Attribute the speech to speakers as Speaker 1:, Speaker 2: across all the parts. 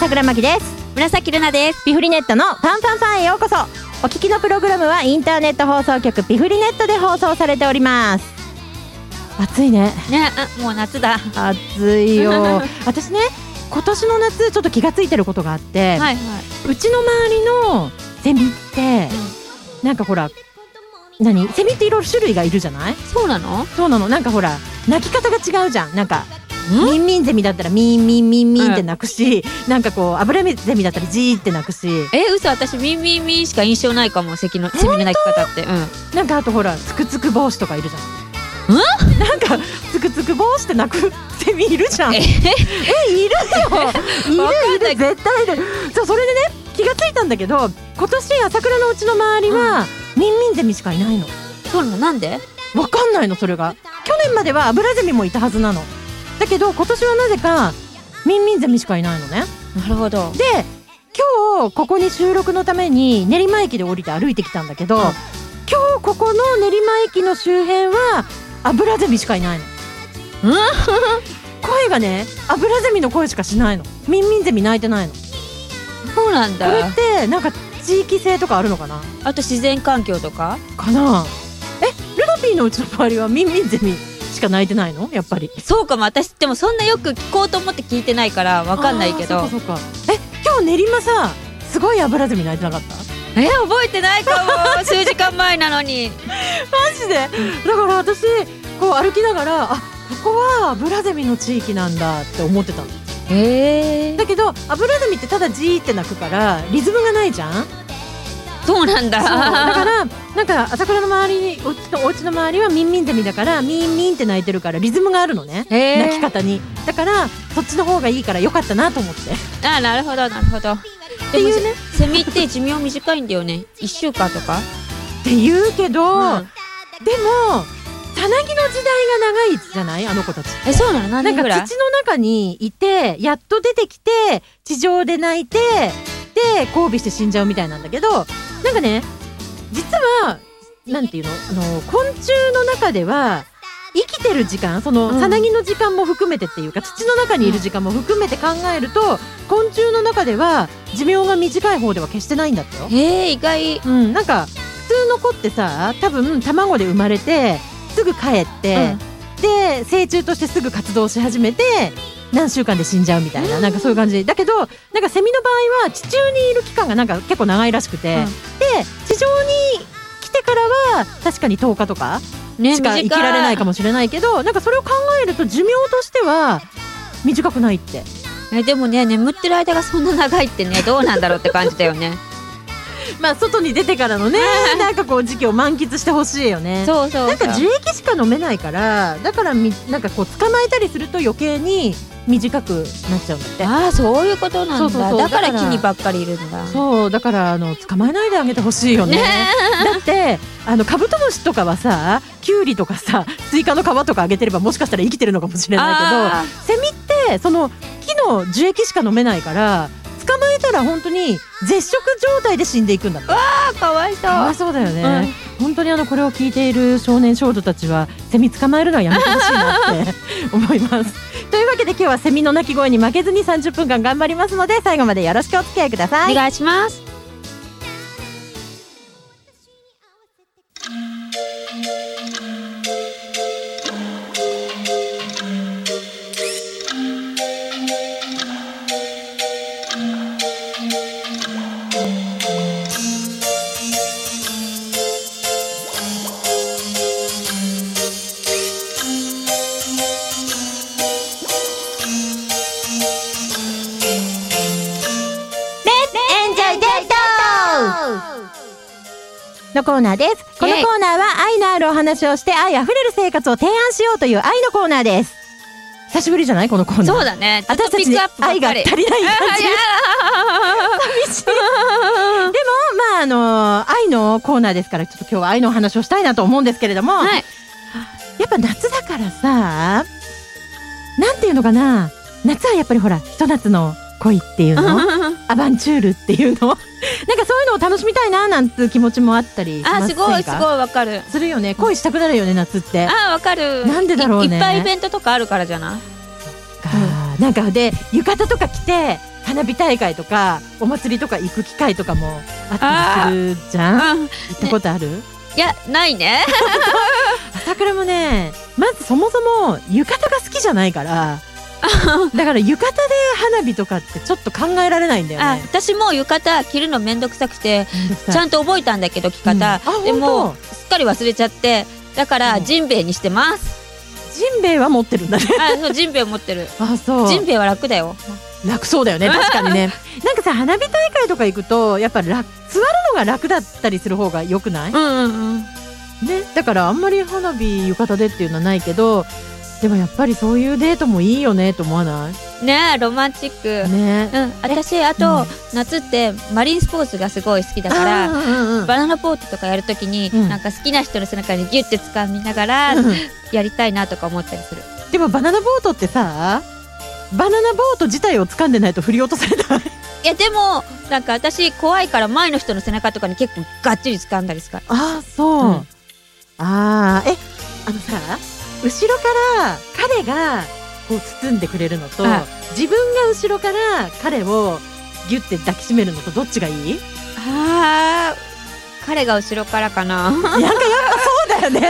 Speaker 1: 桜巻です
Speaker 2: 紫ルナです。
Speaker 1: ビフリネットのファンファンファンへようこそお聞きのプログラムはインターネット放送局ビフリネットで放送されております暑いね
Speaker 2: ね、あもう夏だ。
Speaker 1: 暑い よ私ね今年の夏ちょっと気がついてることがあって、
Speaker 2: はいはい。
Speaker 1: うちの周りのセミって、なんかほら何セミっていろいろ種類がいるじゃない
Speaker 2: そうなの？
Speaker 1: そうなのなんかほら鳴き方が違うじゃんなんかミンミンゼミだったらミンミンミンミンって鳴くし、なんかこうアブラミゼミだったらジーって鳴くし
Speaker 2: え、嘘。私ミンミンミンしか印象ないかも。関のセミの鳴き方って。う
Speaker 1: なんかあとほらつくつく帽子とかいるじゃんなんかつくつく帽子って鳴くセミいるじゃん
Speaker 2: ん。
Speaker 1: え
Speaker 2: え、
Speaker 1: いるよ
Speaker 2: わか
Speaker 1: い
Speaker 2: んな
Speaker 1: るいる
Speaker 2: い
Speaker 1: 絶対いるそうそれでね気がついたんだけど今年朝倉のうちの周りは、ミンミンゼミしかいないの
Speaker 2: そうなの？なんで？
Speaker 1: わかんないのそれが去年まではアブラゼミもいたはずなのだけど今年はなぜかミンミンゼミしかいないのね
Speaker 2: なるほど。
Speaker 1: で今日ここに収録のために練馬駅で降りて歩いてきたんだけど、
Speaker 2: うん
Speaker 1: 今日ここの練馬駅の周辺はアブラゼミしかいないの
Speaker 2: うん
Speaker 1: 声がねアブラゼミの声しかしないのミンミンゼミ鳴いてないのこ
Speaker 2: そうなん
Speaker 1: れ
Speaker 2: だ
Speaker 1: っ。てなんか地域性とかあるのかな
Speaker 2: あと自然環境とか？
Speaker 1: かなえルナピーのうちの周りはミンミンゼミしか鳴いてないのやっぱり
Speaker 2: そうかも。私でもそんなよく聞こうと思って聞いてないからわかんないけ
Speaker 1: あ
Speaker 2: ど
Speaker 1: ー。そっかそっかえ今日練馬さすごいアブラゼミ鳴いてなかった
Speaker 2: え、覚えてないか も。数時間前なのに。
Speaker 1: マジでだから私こう歩きながらあここはアブラゼミの地域なんだって思ってたの
Speaker 2: ええ
Speaker 1: だ。けどアブラゼミってただジーって鳴くからリズムがないじゃんそう
Speaker 2: そうなんだ。
Speaker 1: だからなんか朝倉の周りにお家のお家の周りはミンミンゼミだからミンミンって鳴いてるからリズムがあるのね
Speaker 2: ええ
Speaker 1: 鳴き方にだからそっちの方がいいからよかったなと思って
Speaker 2: あなるほどなるほど
Speaker 1: ていうね
Speaker 2: セセミって寿命短いんだよね1週間とか
Speaker 1: って言うけど、
Speaker 2: うん
Speaker 1: でもさなぎの時代が長いじゃないあの子たち
Speaker 2: えそうなの何
Speaker 1: な
Speaker 2: 年
Speaker 1: んか
Speaker 2: ぐらい
Speaker 1: 土の中にいてやっと出てきて地上で泣いてで交尾して死んじゃうみたいなんだけどなんかね実はなんていうのあの昆虫の中では生きてる時間その
Speaker 2: うん
Speaker 1: さなぎの時間も含めてっていうか、土の中にいる時間も含めて考えると昆虫の中では寿命が短い方では決してないんだってよ。
Speaker 2: えー、意外
Speaker 1: うん、なんか普通の子ってさ多分卵で生まれてすぐ帰って、で成虫としてすぐ活動し始めて何週間で死んじゃうみたいな,、
Speaker 2: うん
Speaker 1: なんかそういう感じだけどなんかセミの場合は地中にいる期間がなんか結構長いらしくて、
Speaker 2: うん
Speaker 1: で地上に来てからは確かに10日とか
Speaker 2: ね
Speaker 1: しか生きられないかもしれないけどなんかそれを考えると寿命としては短くないって
Speaker 2: えでもね眠ってる間がそんな長いって ねどうなんだろうって感じだよね
Speaker 1: まあ外に出てからのねなんかこう時期を満喫してほしいよね。
Speaker 2: そうそうそう
Speaker 1: なんか樹液しか飲めないからだからみなんかこう捕まえたりすると余計に短くなっちゃうんだって
Speaker 2: ああそういうことなんだ
Speaker 1: そうそうそう
Speaker 2: だか
Speaker 1: だ
Speaker 2: ら木
Speaker 1: から
Speaker 2: にばっかりいるんだ
Speaker 1: そうだからあの捕まえないであげてほしいよね
Speaker 2: ね
Speaker 1: だってあのカブトムシとかはさキュウリとかさスイカの皮とかあげてればもしかしたら生きてるのかもしれない
Speaker 2: あ
Speaker 1: けどセミってその木の樹液しか飲めないから捕まえたら本当に絶食状態で死んでいくんだって
Speaker 2: ーあーかわいそう
Speaker 1: かわいそうだよね、本当にあのこれを聞いている少年少女たちはセミ捕まえるのはやめてほしいなって思い ますというわけで今日はセミの鳴き声に負けずに30分間頑張りますので最後までよろしくお付き合いくださ
Speaker 2: お
Speaker 1: い
Speaker 2: 願いします
Speaker 1: エンジョイデートのコーナーですこのコーナーは愛のあるお話をして愛あふれる生活を提案しようという愛のコーナーです久しぶりじゃないこのコーナー
Speaker 2: そうだねちょ
Speaker 1: 私
Speaker 2: っと
Speaker 1: た
Speaker 2: ピ
Speaker 1: ち
Speaker 2: ッ
Speaker 1: に
Speaker 2: クアップばっ
Speaker 1: 愛が
Speaker 2: か
Speaker 1: 足
Speaker 2: り
Speaker 1: りない
Speaker 2: あ
Speaker 1: 感
Speaker 2: ー
Speaker 1: じ
Speaker 2: やだ
Speaker 1: でも、まあ、あの愛のコーナーですから、ちょっと今日は愛のお話をしたいなと思うんですけれども、
Speaker 2: はい
Speaker 1: やっぱ夏だからさ、なんていうのかな、夏はやっぱりほら、ひと夏の恋っていうの、アバンチュールっていう の、なんかそういうのを楽しみたいな、なんていう気持ちもあったりしま
Speaker 2: あー
Speaker 1: せ
Speaker 2: す
Speaker 1: んか
Speaker 2: ごいすごいわかる
Speaker 1: するよね、恋したくなるよね、夏って。
Speaker 2: あーわかる
Speaker 1: なんでだろうね
Speaker 2: いいっぱいイベントとかあるからじゃない
Speaker 1: かなんかで浴衣とか着て花火大会とかお祭りとか行く機会とかもあったりするじゃん行
Speaker 2: うん
Speaker 1: ったことある、
Speaker 2: いやないね
Speaker 1: 朝倉もねまずそもそも浴衣が好きじゃない からだから浴衣で花火とかってちょっと考えられないんだよ
Speaker 2: あ
Speaker 1: ね
Speaker 2: 私も浴衣着るのめんどくさくてちゃ
Speaker 1: ん
Speaker 2: んと覚えたんだけど着
Speaker 1: と
Speaker 2: 方、でも
Speaker 1: 本
Speaker 2: すっかり忘れちゃってだか
Speaker 1: う
Speaker 2: ら
Speaker 1: ん
Speaker 2: ジンベエにし てます、
Speaker 1: 当ジンベエは持ってるんだ ね
Speaker 2: あそうジンベエ持ってる
Speaker 1: あそう
Speaker 2: ジンベエは楽だよ
Speaker 1: 楽そうだ よね確かにねなんかさ花火大会とか行くとやっぱ楽座るのが楽だったりする方が良くない、
Speaker 2: うんうんうん
Speaker 1: ねだからあんまり花火浴衣でっていうのはないけどでもやっぱりそういうデートもいいよねと思わない
Speaker 2: ねえロマンチック、
Speaker 1: ね
Speaker 2: うん私あ
Speaker 1: う
Speaker 2: と、
Speaker 1: ん
Speaker 2: 夏ってマリンスポーツがすごい好きだから
Speaker 1: あーうんうんうん
Speaker 2: バナナポートとかやるときに、
Speaker 1: うん
Speaker 2: なんか好きな人の背中にギュッて掴みながら
Speaker 1: うん
Speaker 2: やりたいなとか思ったりする。
Speaker 1: でもバナナボートってさバナナボート自体を掴んでないと振り落とされた
Speaker 2: いやでもなんか私怖いから前の人の背中とかに結構がっちり掴んだりするか
Speaker 1: ああそう、
Speaker 2: うん
Speaker 1: ああえあのさ後ろから彼がこう包んでくれるのと
Speaker 2: あ
Speaker 1: 自分が後ろから彼をギュッて抱きしめるのとどっちがいい
Speaker 2: ら。あー彼が後ろからかな。
Speaker 1: なんかやっぱそうだよね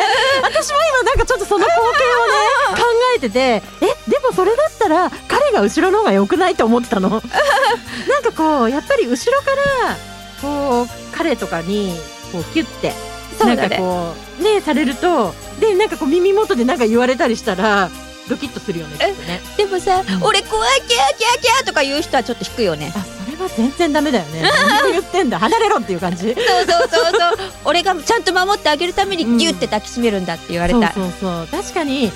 Speaker 1: 私も今なんかちょっとその光景をね考えててえでもそれだったら彼が後ろの方が良くないと思って たのなんかこうやっぱり後ろからこう彼とかにこうキュッて
Speaker 2: そう
Speaker 1: な
Speaker 2: だ
Speaker 1: んか
Speaker 2: ね。
Speaker 1: こうねされるとでなんかこう耳元でなんか言われたりしたらドキッとするよねきっとね
Speaker 2: でもさ、
Speaker 1: うん
Speaker 2: 俺怖いキャーキャーキャーとか言う人はちょっと引くよね。
Speaker 1: あそれは全然ダメだよね何を言ってんだ離れろっていう感じ
Speaker 2: そうそうそう そう。俺がちゃんと守ってあげるためにギュって抱きしめるんだって言われたい。
Speaker 1: そうそうそう確かに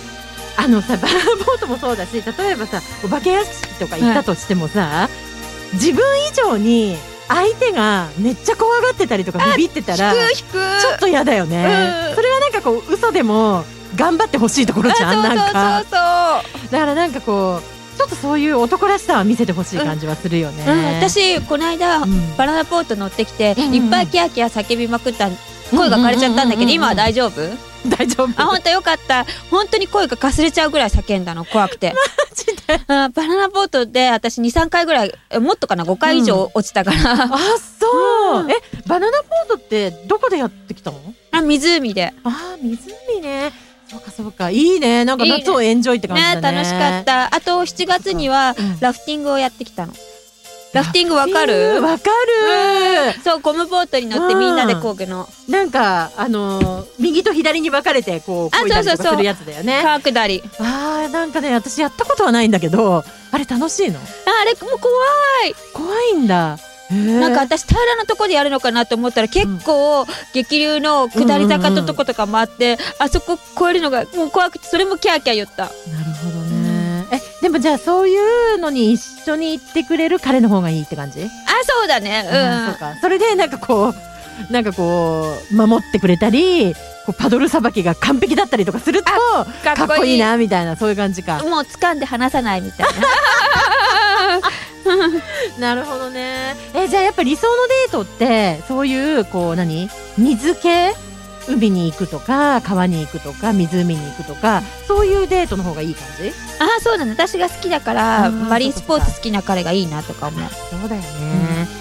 Speaker 1: あのさバ ナナボートもそうだし例えばさお化け屋敷とか行ったとしてもさ、自分以上に相手がめっちゃ怖がってたりとかビビってたらち
Speaker 2: 引く引く。
Speaker 1: ょっと嫌だよね、
Speaker 2: うん
Speaker 1: それはなんかこう嘘でも頑張ってほしいところじゃんなんか
Speaker 2: あそうそうそうそう。
Speaker 1: だからなんかこうちょっとそういう男らしさは見せてほしい感じはするよね、
Speaker 2: うん、私この間、
Speaker 1: うん
Speaker 2: バナナポート乗ってきて、
Speaker 1: うんうん
Speaker 2: いっぱいキャーキャー叫びまくった声が枯れちゃったんだけ
Speaker 1: うんうん
Speaker 2: ど、
Speaker 1: うんうん
Speaker 2: 今は大丈夫
Speaker 1: 大丈夫
Speaker 2: あ本当よかった本当に声がかすれちゃうぐらい叫んだの怖くて
Speaker 1: ジで
Speaker 2: あバナナボートで私23回ぐらいえもっとかな5回以上落ちたから、
Speaker 1: あそう、
Speaker 2: うん
Speaker 1: えバナナボートってどこでやってきたの
Speaker 2: あ湖で
Speaker 1: ああ湖ねそうかそうかいいねなんか夏をエンジョイって感じだ
Speaker 2: ね
Speaker 1: ね
Speaker 2: 楽しかったあと7月には
Speaker 1: うん
Speaker 2: ラフティングをやってきたのラフティングわか
Speaker 1: えー
Speaker 2: る
Speaker 1: わかる
Speaker 2: そうゴムボートに乗って
Speaker 1: うん
Speaker 2: みんなで工具の
Speaker 1: なんかあのー右と左に分かれてこう
Speaker 2: あ
Speaker 1: 漕いだりと
Speaker 2: そうそう
Speaker 1: か
Speaker 2: そう
Speaker 1: するやつだよねあ
Speaker 2: 川下り
Speaker 1: あーなんかね私やったことはないんだけどあれ楽しいの
Speaker 2: ああれもう怖い
Speaker 1: 怖いんだへー
Speaker 2: なんか私平らなとこでやるのかなと思ったら結構激流の下り坂のとことかもあって、あそこ越えるのがもう怖くてそれもキャーキャー言った
Speaker 1: なるほどねえでもじゃあそういうのに一緒に行ってくれる彼の方がいいって感じ
Speaker 2: あそうだねうん
Speaker 1: あーそうかそれでなんかこうなんかこう守ってくれたりこうパドルさばきが完璧だったりとかすると
Speaker 2: かっ
Speaker 1: かっこいいなみたいなそういう感じか
Speaker 2: もう掴んで離さないみたいな
Speaker 1: なるほどねえじゃあやっぱ理想のデートってそういうこう何水系海に行くとか川に行くとか湖に行くとかそういうデートの方がいい感じ
Speaker 2: あそうだね私が好きだから
Speaker 1: あー
Speaker 2: マリンスポーツ好きな彼がいいなとか思う
Speaker 1: そうだよね、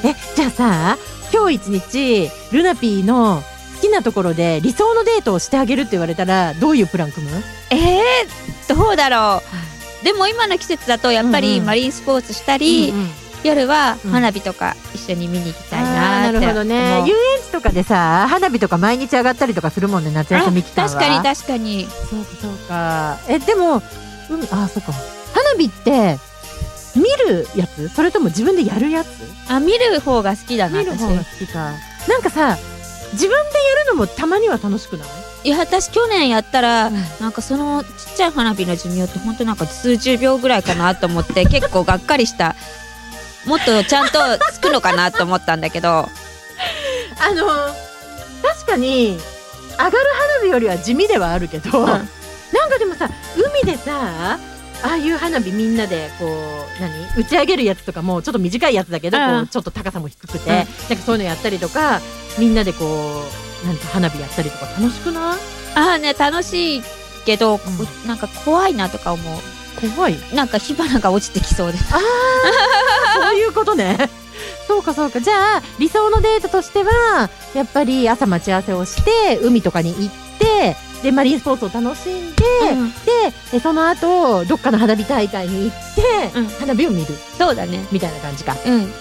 Speaker 1: えじゃあさ今日一日ルナピーの好きなところで理想のデートをしてあげるって言われたらどういうプラン組む
Speaker 2: えー、どうだろうでも今の季節だとやっぱ
Speaker 1: うん
Speaker 2: り
Speaker 1: うん
Speaker 2: マリンスポーツしたり、
Speaker 1: うんうん
Speaker 2: 夜は
Speaker 1: うん
Speaker 2: 花火とか一緒に見に行きたい
Speaker 1: あ
Speaker 2: な
Speaker 1: ー
Speaker 2: ーって思
Speaker 1: な
Speaker 2: う
Speaker 1: るほどね遊園地とかでさ花火とか毎日上がったりとかするもんね夏休み期間は
Speaker 2: あ確かに確かに
Speaker 1: そうかそうかえでも海あそうか花火って見るやつそれとも自分でやるやつ
Speaker 2: あ見る方が好きだな
Speaker 1: 見る
Speaker 2: 私
Speaker 1: 方が好きかなんかさ自分でやるのもたまには楽しくない
Speaker 2: いや私去年やったら、
Speaker 1: うん
Speaker 2: なんかそのちっちゃい花火の寿命って本当なんか数十秒ぐらいかなと思って 結構がっかりしたもっとちゃんとつくのかなと思ったんだけど
Speaker 1: あの確かに上がる花火よりは地味ではあるけど、
Speaker 2: ん
Speaker 1: なんかでもさ海でさああいう花火みんなでこう何打ち上げるやつとかもちょっと短いやつだけど、
Speaker 2: うん
Speaker 1: こうちょっと高さも低くて、
Speaker 2: ん
Speaker 1: なんかそういうのやったりとかみんなでこうなんか花火やったりとか楽しくない
Speaker 2: ああね楽しいけど、
Speaker 1: ん
Speaker 2: なんか怖いなとか思う
Speaker 1: 怖い
Speaker 2: なんか火花が落ちてきそうです
Speaker 1: そういうことね。 そうかそうか。じゃあ、理想のデートとしては、やっぱり朝待ち合わせをして、海とかに行って、で、マリンスポーツを楽しんで、
Speaker 2: うん
Speaker 1: で、えその後、どっかの花火大会に行って、
Speaker 2: うん
Speaker 1: 花火を見る、
Speaker 2: そうだね
Speaker 1: みたいな感じか。
Speaker 2: うん
Speaker 1: そうか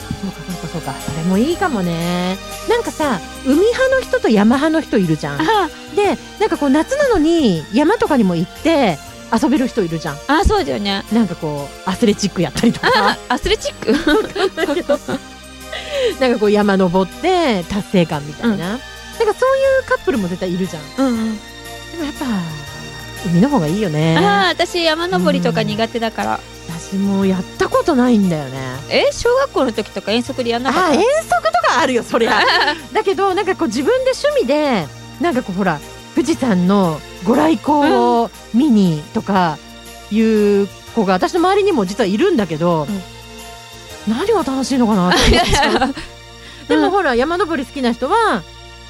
Speaker 1: そうかそうか。それもいいかもね。なんかさ、海派の人と山派の人いるじゃん。
Speaker 2: あ
Speaker 1: で、なんかこう夏なのに山とかにも行って遊べる人いるじゃん。
Speaker 2: あそうだよね
Speaker 1: なんかこう、アスレチックやったりとか。
Speaker 2: あアスレチック
Speaker 1: だけど なんかこう山登って達成感みたいな、
Speaker 2: うん
Speaker 1: なんかそういうカップルも絶対いるじゃんで
Speaker 2: うんうん
Speaker 1: もやっぱ海の方がいいよね
Speaker 2: ああ私山登りとか苦手だから
Speaker 1: 私もやったことないんだよね
Speaker 2: え小学校の時とか遠足でやんなか
Speaker 1: あ
Speaker 2: っ
Speaker 1: 遠足とかあるよそ りゃだけどなんかこう自分で趣味でなんかこうほら富士山のご来光を見にとかいう子が私の周りにも実はいるんだけど、何が楽しいのかな って思っちゃう
Speaker 2: た
Speaker 1: でもほら、山登り好きな人は、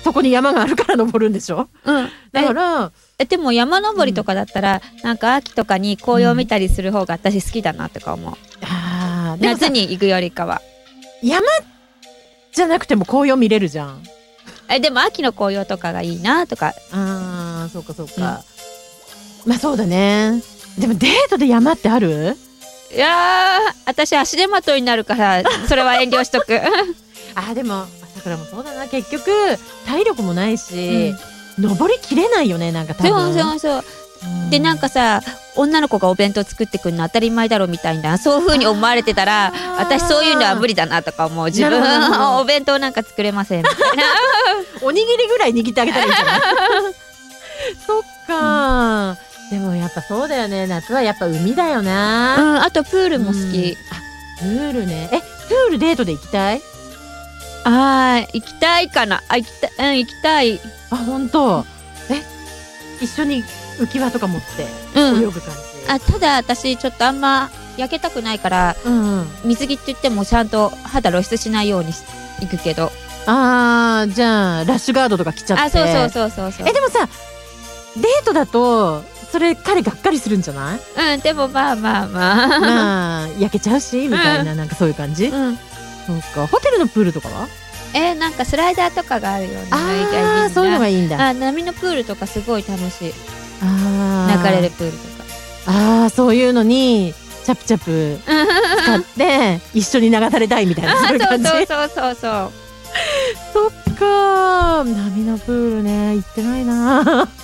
Speaker 1: そこに山があるから登るんでしょ
Speaker 2: うん
Speaker 1: だから、
Speaker 2: えでも山登りとかだったら、なんか秋とかに紅葉見たりする方が私好きだなとか思う、
Speaker 1: あーでもさ
Speaker 2: 夏に行くよりかは
Speaker 1: 山じゃなくても紅葉見れるじゃん。
Speaker 2: えでも秋の紅葉とかがいいなとか
Speaker 1: あー、そうかそうか。まあそうだね。でもデートで山ってある
Speaker 2: いやー私足手まといになるからそれは遠慮しとく
Speaker 1: あー、でも、桜もそうだな。結局、体力もないし、登りきれないよね、なんか多
Speaker 2: そ
Speaker 1: 分。
Speaker 2: うそうそうでなんかさ女の子がお弁当作ってくるの当たり前だろみたいなそういう風に思われてたら
Speaker 1: あー
Speaker 2: 私そういうのは無理だなとか思う自分
Speaker 1: なるほどなるほど
Speaker 2: お弁当なんか作れま せんみたいな
Speaker 1: おにぎりぐらい握ってあげたらいいんじゃ ないそっか、でもやっぱそうだよね夏はやっぱ海だよ
Speaker 2: う
Speaker 1: な、
Speaker 2: んあとプールも好
Speaker 1: うん
Speaker 2: き、
Speaker 1: プールねえプールデートで行きたい
Speaker 2: あー行きたいかなあ行きたいうん行きたい
Speaker 1: あ本当え一緒に浮き輪とか持って
Speaker 2: うん
Speaker 1: 泳ぐ感じ、
Speaker 2: あただ私ちょっとあんま焼けたくないから
Speaker 1: うんうん、
Speaker 2: 水着って言ってもちゃんと肌露出しないようにし行くけど
Speaker 1: あーじゃあラッシュガードとか着ちゃって
Speaker 2: あそうそうそうそうそう
Speaker 1: えでもさデートだとそれ彼がっかりするんじゃない
Speaker 2: うんでもまあまあまあ、
Speaker 1: まあ焼けちゃうしみたいななんかそういう感じ、
Speaker 2: うん、
Speaker 1: そうかホテルのプールとかは
Speaker 2: えなんかスライダーとかがあるよね
Speaker 1: ああそういうのがいいんだ。
Speaker 2: あ波のプールとかすごい楽しい
Speaker 1: あ
Speaker 2: 流れる
Speaker 1: る。
Speaker 2: プールとか
Speaker 1: ああそういうのにチャプチャプ使って一緒に流されたいみたいなそういう
Speaker 2: あ
Speaker 1: 感じ。
Speaker 2: そうそうそうそう
Speaker 1: そっかー波のプールね行ってないな。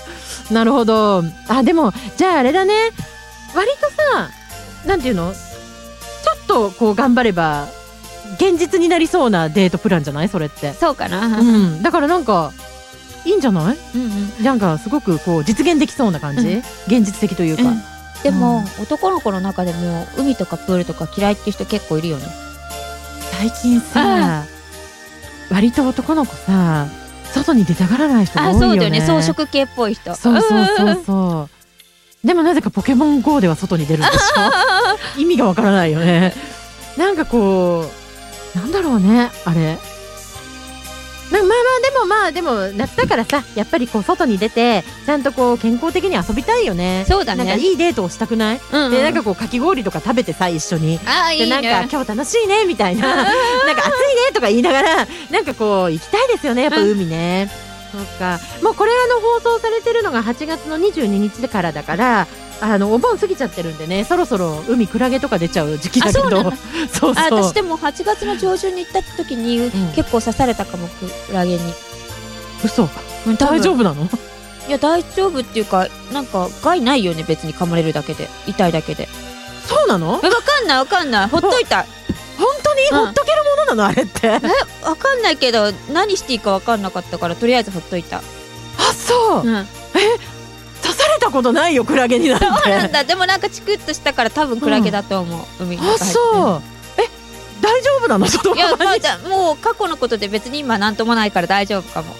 Speaker 1: なるほど。あでもじゃああれだね割とさなんていうのちょっとこう頑張れば現実になりそうなデートプランじゃないそれって。
Speaker 2: そうかな、うん
Speaker 1: うんだからなんかいいんじゃない
Speaker 2: うん、
Speaker 1: なんかすごくこう実現できそうな感じ、
Speaker 2: うん
Speaker 1: 現実的というか、
Speaker 2: うんでも、
Speaker 1: うん
Speaker 2: 男の子の中でも海とかプールとか嫌いっていう人結構いるよね
Speaker 1: 最近さ割と男の子さ外に出たがらない人が多
Speaker 2: あ
Speaker 1: いよね
Speaker 2: そうだよね装飾系っぽい人
Speaker 1: そうそうそ
Speaker 2: ん
Speaker 1: うそうでもなぜかポケモン GO では外に出るんでし ょ意味がわからないよねなんかこうなんだろうねあれまあまあまあでもまあでも夏だからさやっぱりこう外に出てちゃんとこう健康的に遊びたいよね
Speaker 2: そうだね
Speaker 1: なんかいいデートをしたくない、
Speaker 2: うんうん
Speaker 1: でなんかこうかき氷とか食べてさ一緒に
Speaker 2: あいい
Speaker 1: で
Speaker 2: ね
Speaker 1: なんか今日楽しいねみたいななんか暑いねとか言いながらなんかこう行きたいですよねやっぱ海ね、そうかもうこれあの放送されてるのが8月の22日からだからあのお盆過ぎちゃってるんでねそろそろ海クラゲとか出ちゃう時期だけど
Speaker 2: あそうなん
Speaker 1: そう
Speaker 2: あ
Speaker 1: そう
Speaker 2: 私でも8月の上旬に行った時に、
Speaker 1: ん
Speaker 2: 結構刺されたかもクラゲに、
Speaker 1: 嘘
Speaker 2: うん多分
Speaker 1: 大丈夫なの
Speaker 2: いや大丈夫っていうかなんか害ないよね別に噛まれるだけで痛いだけで
Speaker 1: そうなの
Speaker 2: えわかんないわかんないほっといた
Speaker 1: 本当に
Speaker 2: うん
Speaker 1: ほっとけるものなのあれって、あ
Speaker 2: わかんないけど何していいかわかんなかったからとりあえずほっといた、
Speaker 1: そう、
Speaker 2: うん、
Speaker 1: 刺されたことないよクラゲになんて
Speaker 2: なん だでもなんかチクッとしたから多分クラゲだと思う、海に
Speaker 1: あそうえ大丈夫なのちょっと
Speaker 2: い やまだもう過去のことで別に今何ともないから大丈夫かも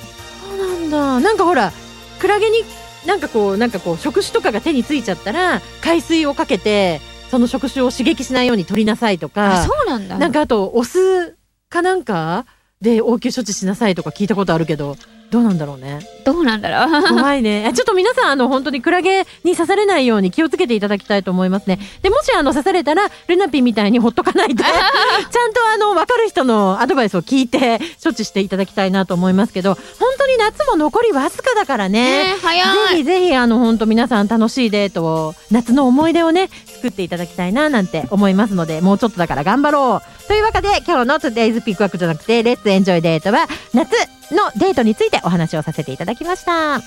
Speaker 1: そうなんだなんかほらクラゲになんかこうなんかこう触手とかが手についちゃったら海水をかけてその触手を刺激しないように取りなさいと
Speaker 2: あ
Speaker 1: か
Speaker 2: そうなんだ
Speaker 1: なんかあとお酢かなんかで応急処置しなさいとか聞いたことあるけどどうなんだろうね。
Speaker 2: どうなんだ ろう
Speaker 1: 怖いね。ちょっと皆さん、あの、本当にクラゲに刺されないように気をつけていただきたいと思いますね。で、もし、あの、刺されたら、ルナピーみたいにほっとかないで、 ちゃんと、あの、わかる人のアドバイスを聞いて、処置していただきたいなと思いますけど、本当に夏も残りわずかだからね。
Speaker 2: ね早
Speaker 1: ぜ
Speaker 2: い
Speaker 1: ひぜひ、あの、本当皆さん楽しいデートを、夏の思い出をね、作っていただきたいな、なんて思いますので、もうちょっとだから頑張ろう。というわけで、今日の Today's Pick Up じゃなくて、Let's Enjoy Date は、夏のデートについてお話をさせていただきました。